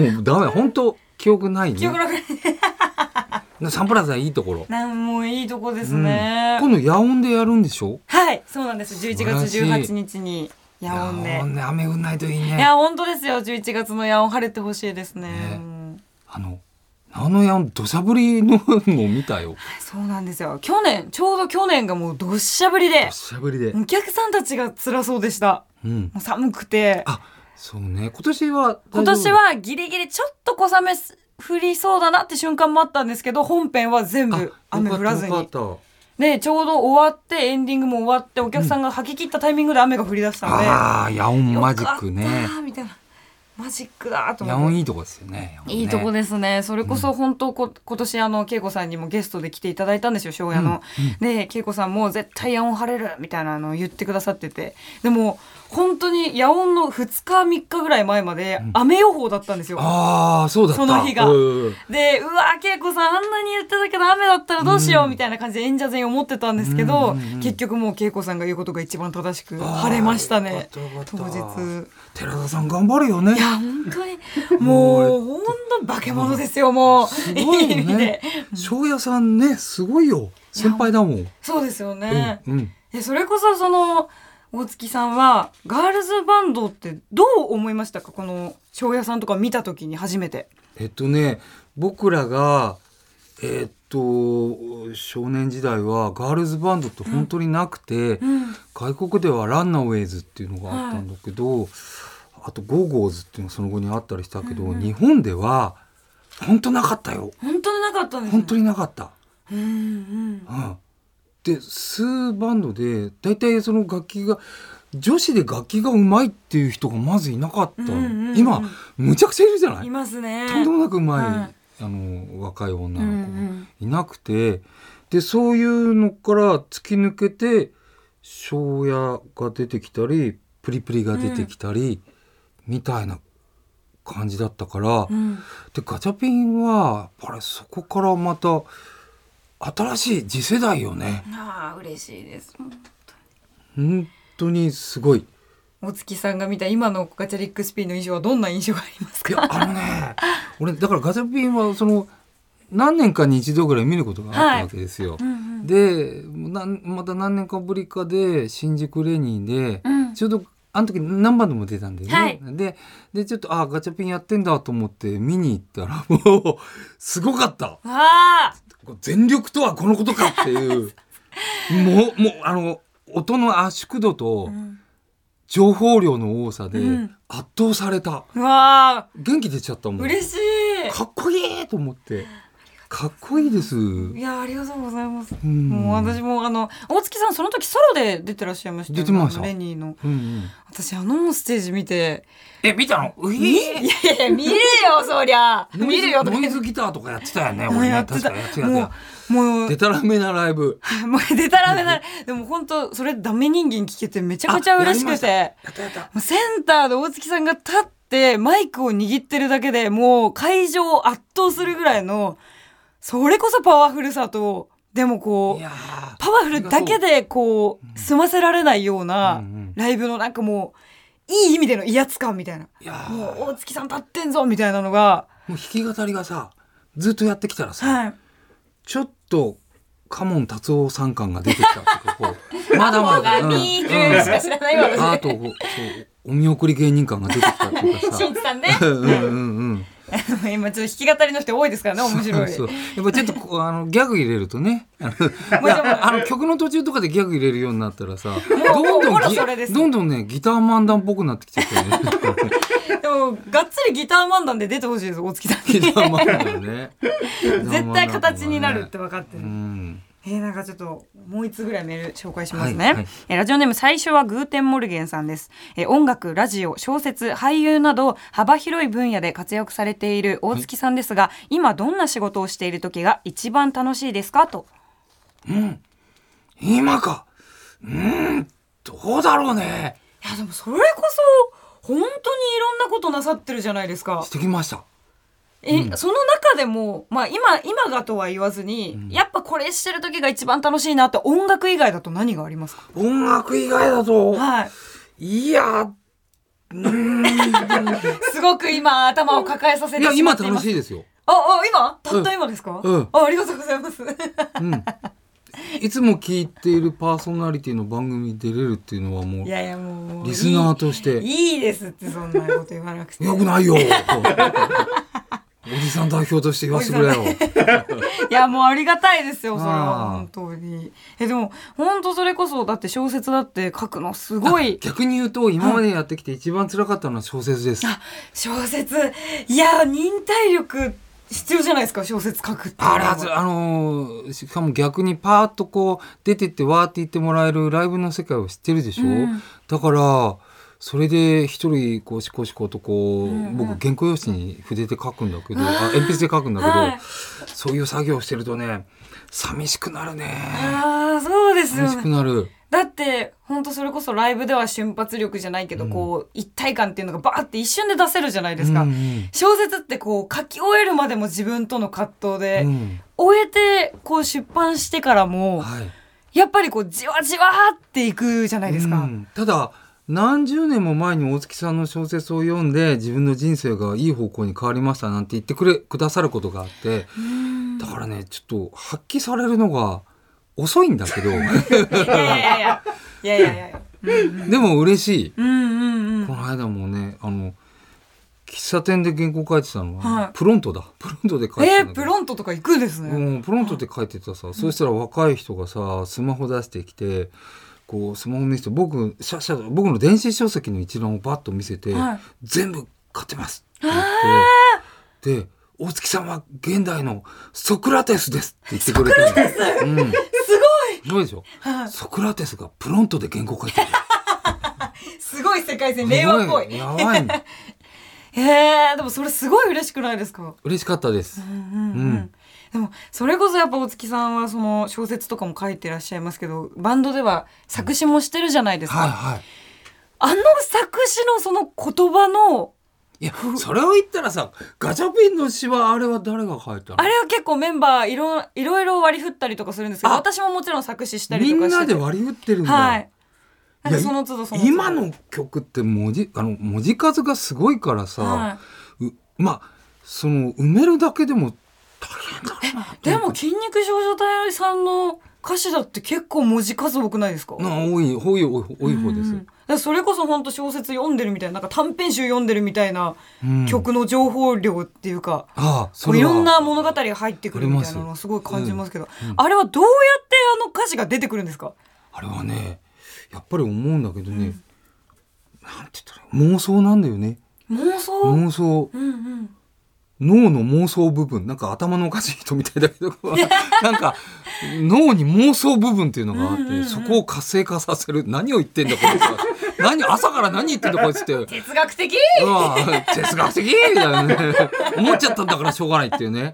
でもダメ本当記憶ないね
記憶なくない
サンプラザいいところ。
なんもういいとこですね。
今度、野音でやるんでしょ
はい、そうなんです。11月18日に野音で。
野音ね、雨降んないといい
い
ね。
や、本当ですよ。11月の野音晴れてほしいですね。
ね
うん
あの、あの野音、土砂降りののを見たよ。
そうなんですよ。去年、ちょうど去年がもうどっしゃぶりで
土、砂降りで。
お客さんたちが辛そうでした。
うん。
もう寒くて。
あ、そうね。今年は、
今年、はギリギリちょっと小雨す降りそうだなって瞬間もあったんですけど本編は全
あ
部雨降らず
よかっ
に
たよかっ
でちょうど終わってエンディングも終わってお客さんが吐き切ったタイミングで雨が降り出した
た
ので、
ああ、野音
よか
マ
った
ジックね。
みたいなマジックだと
野
思っ
音
て。
いいとこですよね。野音ね
いいとこですね。それこそ本当こ、今年あの、恵子さんにもゲストで来ていただいたんですよ、庄屋の。で、恵子さんも絶対夜音晴れるみたいなのを言ってくださってて。でも、本当に夜音の2日3日ぐらい前まで雨予報だったんですよ。
ああ、そうだった。
その日が
うん
で、うわ、恵子さんあんなに言ってたけど雨だったらどうしようみたいな感じで演者全員思ってたんですけど、結局もう恵子さんが言うことが一番正しく晴れましたね
あーよかっ。
当
たよかっ
日
た。 寺田さん頑張るよね。
いや、本当に、もう、本当化け物ですよ、もう。
すご いよ
意味で
ね。庄屋さんね、すごいよ。先輩だもん。うん
そうですよね。
うん。
え、それこそ、その、大月さんは、ガールズバンドってどう思いましたかこの、庄屋さんとか見た時に初めて。
えっとね、僕らが、えっと、少年時代はガールズバンドって本当になくて、
ん
外国ではランナーウェイズっていうのがあったんだけど、あとゴーゴーズっていうのがその後にあったりしたけど、日本では本当なかったよ。
本当になかったんですね
本当になかった。
うんうん。
うんで数バンドで大体その楽器が女子で楽器がうまいっていう人がまずいなかった、
うんうんうん
今むちゃくちゃいるじゃない
いますね。
とんでもなくうまい、
はい
あの若い女
う
の子
んうん
がいなくて、でそういうのから突き抜けて庄屋が出てきたりプリプリが出てきたり、みたいな感じだったから、
うん。
でガチャピンはやっぱりそこからまた新しい次世代よね
ああ、嬉しいです。
本当にすごい
大月さんが見た今のガチャリックスピンの印象はどんな印象があります
い
か
やあのね俺だからガチャピンはその何年かに一度ぐらい見ることがあったわけですよ、
ん
でなんまた何年かぶりかで新宿レニーで、
うん
ちょうどあの時何番でも出たんだよね、
はい
ででちょっとあガチャピンやってんだと思って見に行ったらもう すごかった
ああ
全力とはこのことかっていう もうもうあの音の圧縮度と情報量の多さで
うん
圧倒された、
うわあ
元気出ちゃったもん
嬉し
かっこいいと思ってかっこいいです
いいやありがとうございます、
ん
もう私もあの大月さんその時ソロで出てらっしゃいましたよね
出てました
あのレニーの
うんうん
私あのステージ見て
え見たのう
いやいや見るよそりゃ
ノイ
見
ズ
るよとか
ノイズギターとかやってたよね
もう
俺
や
ね
って
確
た
かやってたや
も
つ
うもう
でたらめなライブ
もう出たらめなでも本当それダメ人間聞けてめちゃくちゃ嬉しく
あ
て
やったやった
もうセンターで大月さんが立ってマイクを握ってるだけでもう会場を圧倒するぐらいのそれこそパワフルさとでもこ
いうやー
パワフルだけでこう済ませられないような
うんうん
ライブのなんかもういい意味での威圧感みたいない
やー
もう大月さん立ってんぞみたいなのが
もう弾き語りがさずっとやってきたらさ、
はい
ちょっとカモン達夫さん感が出てきたってこ うまだまだ、うん
ビールしか知らないわ
うんあとこうそうお見送り芸人感が出てきたってい うか
し
さ
んいちさんね
うんうんうん
今ちょっと弾き語りの人多いですから ね面白い
そうやっぱちょっと こうあのギャグ入れるとねあの
もうでも
あの曲の途中とかでギャグ入れるようになったらさどん
も
ど
うんもう
ぎ
それです
どんどんねギター漫談っぽくなってきちゃ ったよね
でもがっつりギター漫談で出てほしいです大月さん
ギ
に
ター漫談ね
絶対形になるって分かって
う
る、
ん
えーなんかちょっともう一つぐらいメール紹介しますね、
はいはい
えーラジオネーム最初はグーテンモルゲンさんです、えー音楽ラジオ小説俳優など幅広い分野で活躍されている大月さんですが、今どんな仕事をしている時が一番楽しいですかと
今かうーんどうだろうね
いやでもそれこそ本当にいろんなことなさってるじゃないですか
してきました
え、その中でも、まあ今、今がとは言わずに、やっぱこれしてる時が一番楽しいなって音楽以外だと何がありますか
音楽以外だと
はい。
いや
すごく今頭を抱えさせて
いや
しま
今
っていま
楽
す。
しいですよ
あ、今たった今ですか、
うん
あ、ありがとうございます。
うん、 いつも聞いているパーソナリティの番組に出れるっていうのは
い
も
うやいや、もう。
リスナーとして
いいいいですって、そんなこと言わなくて。
よくないよ とおじさん代表として言わせてくれよ
お。いや、もうありがたいですよ、それは。
あ
本当に。え、でも、本当それこそ、だって小説だって書くのすごい。
逆に言うと今までやってきて一番辛かったのは小説です。
あ、小説。いや、忍耐力必要じゃないですか、小説書くって。
あれはずあのーしかも逆にパーッとこう出てってわーって言ってもらえるライブの世界を知ってるでしょ、
うん
だからそれで一人こうしこしことこう、
うんうん
僕原稿用紙に筆で書くんだけど、
わー
あ鉛筆で書くんだけど、
はい
そういう作業をしてるとね寂しくなるね
ああ、そうです
寂
よ
しく
ね。
なる
だって、本当それこそライブでは瞬発力じゃないけど、
うん
こう、一体感っていうのがバーって一瞬で出せるじゃないですか。
うんうん
小説ってこう書き終えるまでも自分との葛藤で、
うん
終えてこう出版してからも、
はい
やっぱりこうじわじわっていくじゃないですか。
うんただ何十年も前に大月さんの小説を読んで自分の人生がいい方向に変わりましたなんて言ってくれくださることがあってだからねちょっと発揮されるのが遅いんだけ ど
いやいやいや いやいやいやいや。
でも嬉しい、
うんうんう
こ
ん。
の間もねあの喫茶店で原稿書いてたのは、
はい
プロントだプロントで書いて
え
たん
ー、
だけ
プ
ど
ロントとか行くんですね。
うん、プロントって書いてたさ、そしたら若い人がさスマホ出してきてこうスマホ見せて僕シャッシャッ僕の電子書籍の一覧をバッと見せて、
はい
全部買ってますって言ってで「大月さんは現代のソクラテスです」って言ってくれたのうん、すごいで しょ
はい
ソクラテスがプロントで原稿書いてる
すごい世界線、令和っぽい。
やば いね
えー、でもそれすごい嬉しくないですか
嬉しかったです
うんうんう
うんん
でもそれこそやっぱ大月さんはその小説とかも書いてらっしゃいますけどバンドでは作詞もしてるじゃないですか、
はいはい
あの作詞のその言葉の
いやそれを言ったらさガチャピンの詩はあれは誰が書いたの
あれは結構メンバーいろいろいろ割り振ったりとかするんですけど
あ
私ももちろん作詞したり
み
と
ん
かして
なで
て
割り振ってるんだ、
はいなんか
いやい
その都度その都度
今の曲って文字あの文字数がすごいからさ、
は
うまあその埋めるだけでも大変だなと
でも「筋肉少女隊さんの歌詞だって結構文字数多くないですか
な多い多い多い多い方です
うんだ、からそれこそ本当小説読んでるみたいななんか短編集読んでるみたいな
うん
曲の情報量っていうか、
ああ
こ
そう
い
れは
ろんな物語が入ってくるみたいなの
あり
は
ます
すごい感じますけど、
うん
あれはどうやってあの歌詞が出てくるんですか
あれはねやっぱり思うんだけどね、なんて言ったらいい妄想なんだよね
妄想、うん、
妄想
うんうん
脳の妄想部分なんか頭のおかしい人みたいだけど なんか脳に妄想部分っていうのがあって、
うんうんうん
そこを活性化させる何を言ってんだこいつは何朝から何言ってんだこいつってう
哲学的
わ哲学的みたいなね思っちゃったんだからしょうがないっていうね、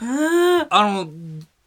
うん、
うん
あの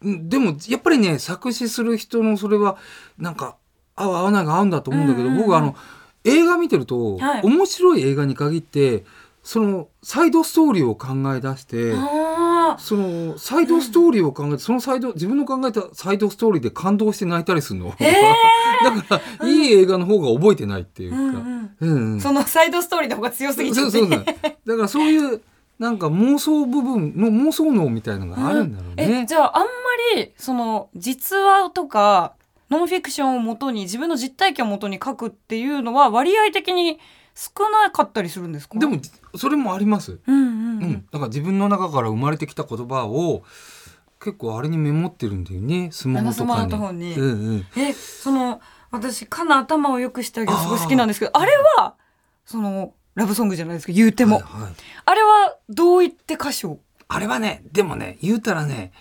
うんでもやっぱりね作詞する人のそれはなんか合う合わないが合うんだと思うんだけど、
うんうんうん
僕はあの映画見てると、
はい
面白い映画に限ってそのサイドストーリーを考え出して。
あー
そのサイドストーリーを考えて、そのサイド自分の考えたサイドストーリーで感動して泣いたりするの、 だからいい映画の方が覚えてないっていうか、
う
うんん
うん
うん
そのサイドストーリーの方が強すぎて
そうそうそうだからそういうなんか妄想部分の妄想脳みたいのがあるんだろう
え
ね。
じゃああんまりその実話とかノンフィクションをもとに自分の実体験をもとに書くっていうのは割合的に少なかったりするんですか
でもそれもあります、
うんうん、う
う
んん、
だから自分の中から生まれてきた言葉を結構あれにメモってるんだよねスマホと
あのス
か
マー
に。
トフォンに
うんうん
えその私かな頭を良くしてあげるすごい好きなんですけどあれはそのラブソングじゃないですか言うても、
はいはい
あれはどういって歌詞を
あれはね、でもね、言うたらね、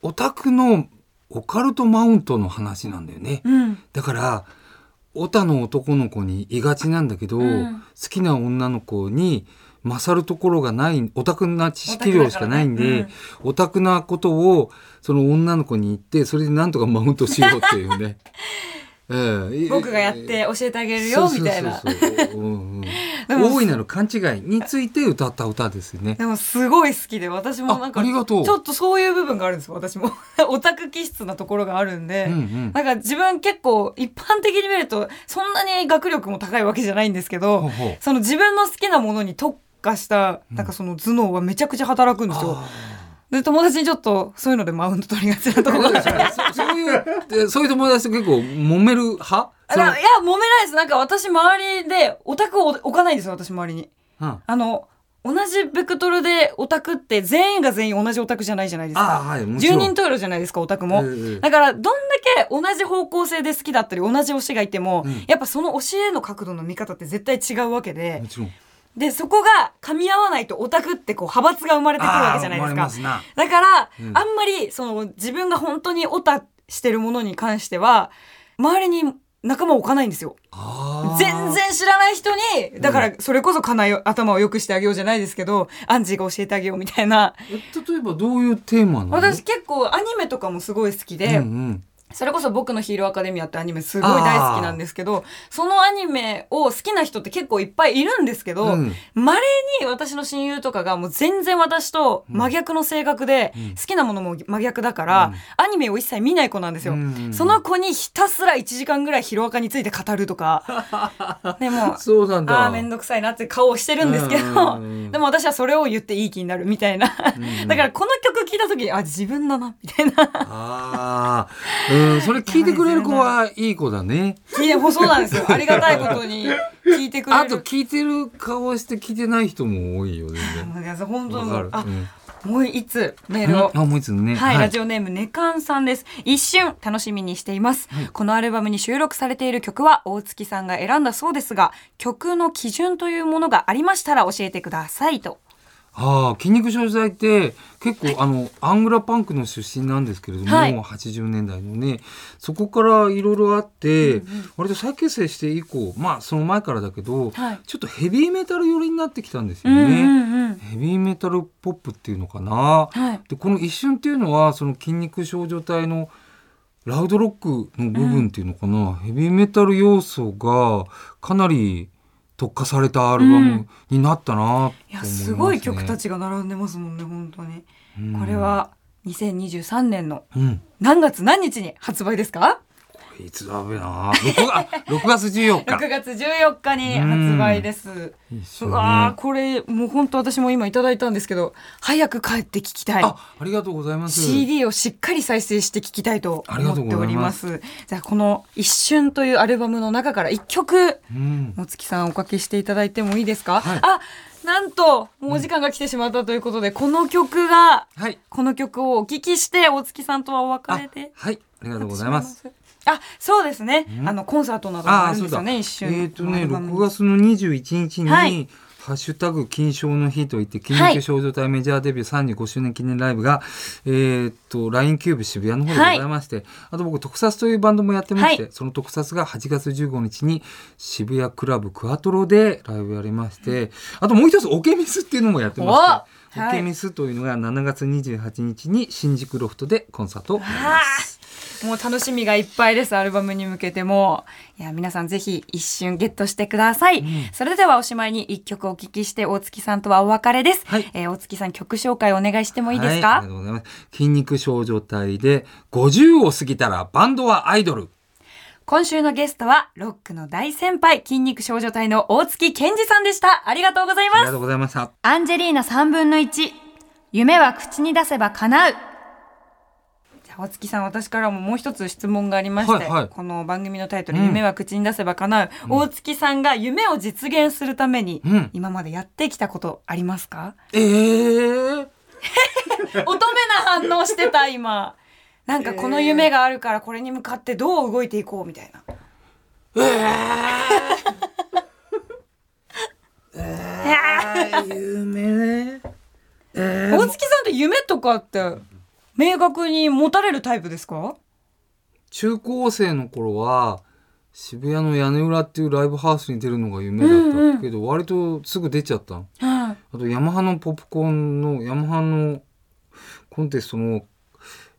オタクのオカルトマウントの話なんだよね。
うん
だから、オタの男の子に言いがちなんだけど、
うん
好きな女の子に勝るところがない、オタクな知識量しかないんで、オタクなことをその女の子に言って、それでなんとかマウントしようってい うね。ええ
僕がやって教えてあげるよみたいな
そうそうそうそううんうん
でも
大いなる勘違いについて歌った歌ですよね。
でもすごい好きで私もなんか
あありがとう
ちょっとそういう部分があるんですよ私も オタク気質なところがあるんで、
うんうん
なんか自分結構一般的に見るとそんなに学力も高いわけじゃないんですけど、
ほうほう
その自分の好きなものに特化したなんかその頭脳はめちゃくちゃ働くんですよ。で友達にちょっとそういうのでマウント取りがちなところが
そそういうでそういう友達と結構揉める派
あ
その
らいや揉めないですなんか私周りでオタクを置かないんですよ私周りに
うんあ
あの同じベクトルでオタクって全員が全員同じオタクじゃないじゃないです
あ
か
はいもち
10
ろん
人トイレじゃないですかオタクも、
ええ
だからどんだけ同じ方向性で好きだったり同じ推しがいても、
うん
やっぱその推しへの角度の見方って絶対違うわけで
もちろん
でそこが噛み合わないとオタクってこう派閥が生まれてくるわけじゃないです
あー思われ
か
ますな
だから、
うん
あんまりその自分が本当にオタしてるものに関しては周りに仲間を置かないんですよ
あー
全然知らない人にだか
う
らそれこそかなよ頭を良くしてあげようじゃないですけどアンジーが教えてあげようみたいな
え例えばどういうテーマなの
私結構アニメとかもすごい好きで、
うんうん
それこそ僕のヒーローアカデミアってアニメすごい大好きなんですけど、そのアニメを好きな人って結構いっぱいいるんですけど、
うん
稀に私の親友とかがもう全然私と真逆の性格で、
うん
好きなものも真逆だから、アニメを一切見ない子なんですよ。
うん
その子にひたすら1時間ぐらいヒロアカについて語ると か。でも、
そうなんだ
ああ、めんどくさいなって顔をしてるんですけど、
うんうんうん
でも私はそれを言っていい気になるみたいな。だからこの曲聴いた時に、あ、自分だな、みたいな。
ああ、うん、それ聞いてくれる子はいい子だね。
いや、もうそうなんですよ。ありがたいことに聞いてくれる。
あと聞いてる顔して聞いてない人も多いよ、全然。
本当
わか
あ
る。うん
もう一つメールを。
あ、もう一つね。
はい、ラジオネームねかんさんです一瞬楽しみにしています、このアルバムに収録されている曲は大月さんが選んだそうですが曲の基準というものがありましたら教えてくださいと
ああ、筋肉症剤って結構、あのアングラパンクの出身なんですけれども、
はい
80年代のねそこからいろいろあって、割と再結成して以降まあその前からだけど、
はい
ちょっとヘビーメタル寄りになってきたんです
う
よ
ん
ね。
うんうん
ヘビーメタルポップっていうのかな、
はい
でこの一瞬っていうのはその筋肉少女隊のラウドロックの部分っていうのかな、ヘビーメタル要素がかなり特化されたアルバムになったなって思います、ね
いやすごい曲た、ちが並んでますもんね本当に、
うん
これ、は2023年の
うん、
何月何日に発売ですか
いつだべな6月 ,6 月14日
6月14日に発売です、
一緒
う
ね
わーこれもう本当私も今いただいたんですけど早く帰って聞きたい
あありがとうございます
CD をしっかり再生して聴きたいと
あり
思
がと
っ
うご
て
ざいます
おりますじゃあこの「一瞬」というアルバムの中から一曲
うん、
もつきさんおかけしていただいてもいいですか、
はい
あなんともうお時間が来てしまったということで、この曲が
はい
この曲をお聴きして大月さんとはお別
あ
れで
はいありがとうございます
あそうですね、
うん
あのコンサートなどもあるんですよね一
え
瞬
ー、とね、
アルバムに
6月の21日に、
はい
ハッシュタグ金賞の日といって、筋
はい
肉少女隊メジャーデビュー35周年記念ライブが、えーっと、LINE キューブ渋谷の方でございまして、あと僕、特撮というバンドもやってまして、
は
その特撮が8月15日に渋谷クラブクアトロでライブやりまして、あともう一つ、オケミスっていうのもやってまして、
お
オケミスというのが7月28日に新宿ロフトでコンサートをやります。
もう楽しみがいっぱいです、アルバムに向けても。いや、皆さんぜひ一瞬ゲットしてください。それではおしまいに一曲お聴きして、大月さんとはお別れです。
はい
えー大月さん曲紹介お願いしてもいいです
はい、あ
か、
りがとうございます。筋肉少女隊で50を過ぎたらバンドはアイドル。
今週のゲストは、ロックの大先輩、筋肉少女隊の大月健二さんでした。ありがとうござい
あり
ます
が。とうございました。
アンジェリーナ3分の1夢は口に出せば叶う
じゃあ大月さん私からももう一つ質問がありまして、
はいはい
この番組のタイトル「
うん
夢は口に出せば叶う」大月さんが夢を実現するために、
うん
今までやってきたことあります か
ええ
乙女な反応してた今なんかこの夢があるからこれに向かってどう動いていこうみたいな。
夢ね。
大月さんって夢とかって明確に持たれるタイプですか
中高生の頃は渋谷の屋根裏っていうライブハウスに出るのが夢だったけど、割とすぐ出ちゃったの。
はい
あとヤマハのポップコーンのヤマハのコンテストの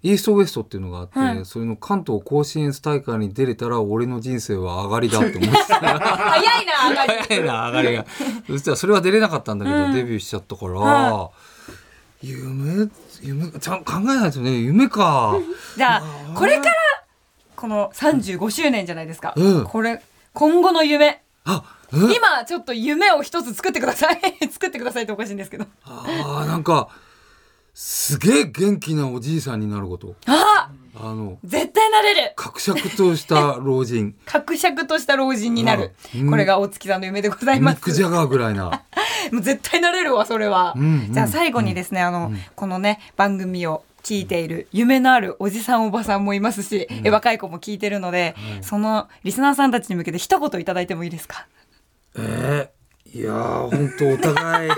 イーストウエストっていうのがあって、
はい
それの関東甲信越大会に出れたら俺の人生は上がりだって思ってた。
早いな上がり
早いな上がりが そしたらそれは出れなかったんだけど、デビューしちゃったから、
は
夢夢ちゃん考えないとね夢か
じゃあこれからこの35周年じゃないですか、
うん
これ今後の夢
あ
今ちょっと夢を一つ作ってください 作ってくださいっておかしいんですけど
ああなんかすげえ元気なおじいさんになること
あ
あの
絶対なれる
格釈とした老人
伯爵とした老人になる、
うん
これが大月さんの夢でござい
ミ
ま
ック・ジ
す
ャガーぐらいな
もう絶対なれるわそれは、
うんうん
じゃあ最後にですね、あの、このね番組を聞いている夢のあるおじさんおばさんもいますし、え若い子も聞いてるので、そのリスナーさんたちに向けて一言いただいてもいいですか
えー、いやー本当お互い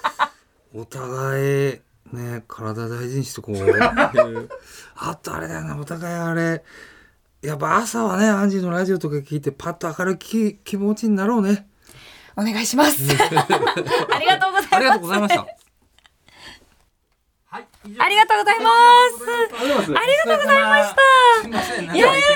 お互いね体大事にしてこうあとあれだよなお互いあれやっぱ朝はねアンジーのラジオとか聞いてパッと明るいき気持ちになろうね
お願いし ますありがとうございます
ありがとうございました
ありがとうございます
ありがとうございましたすいませんなんか
いやいや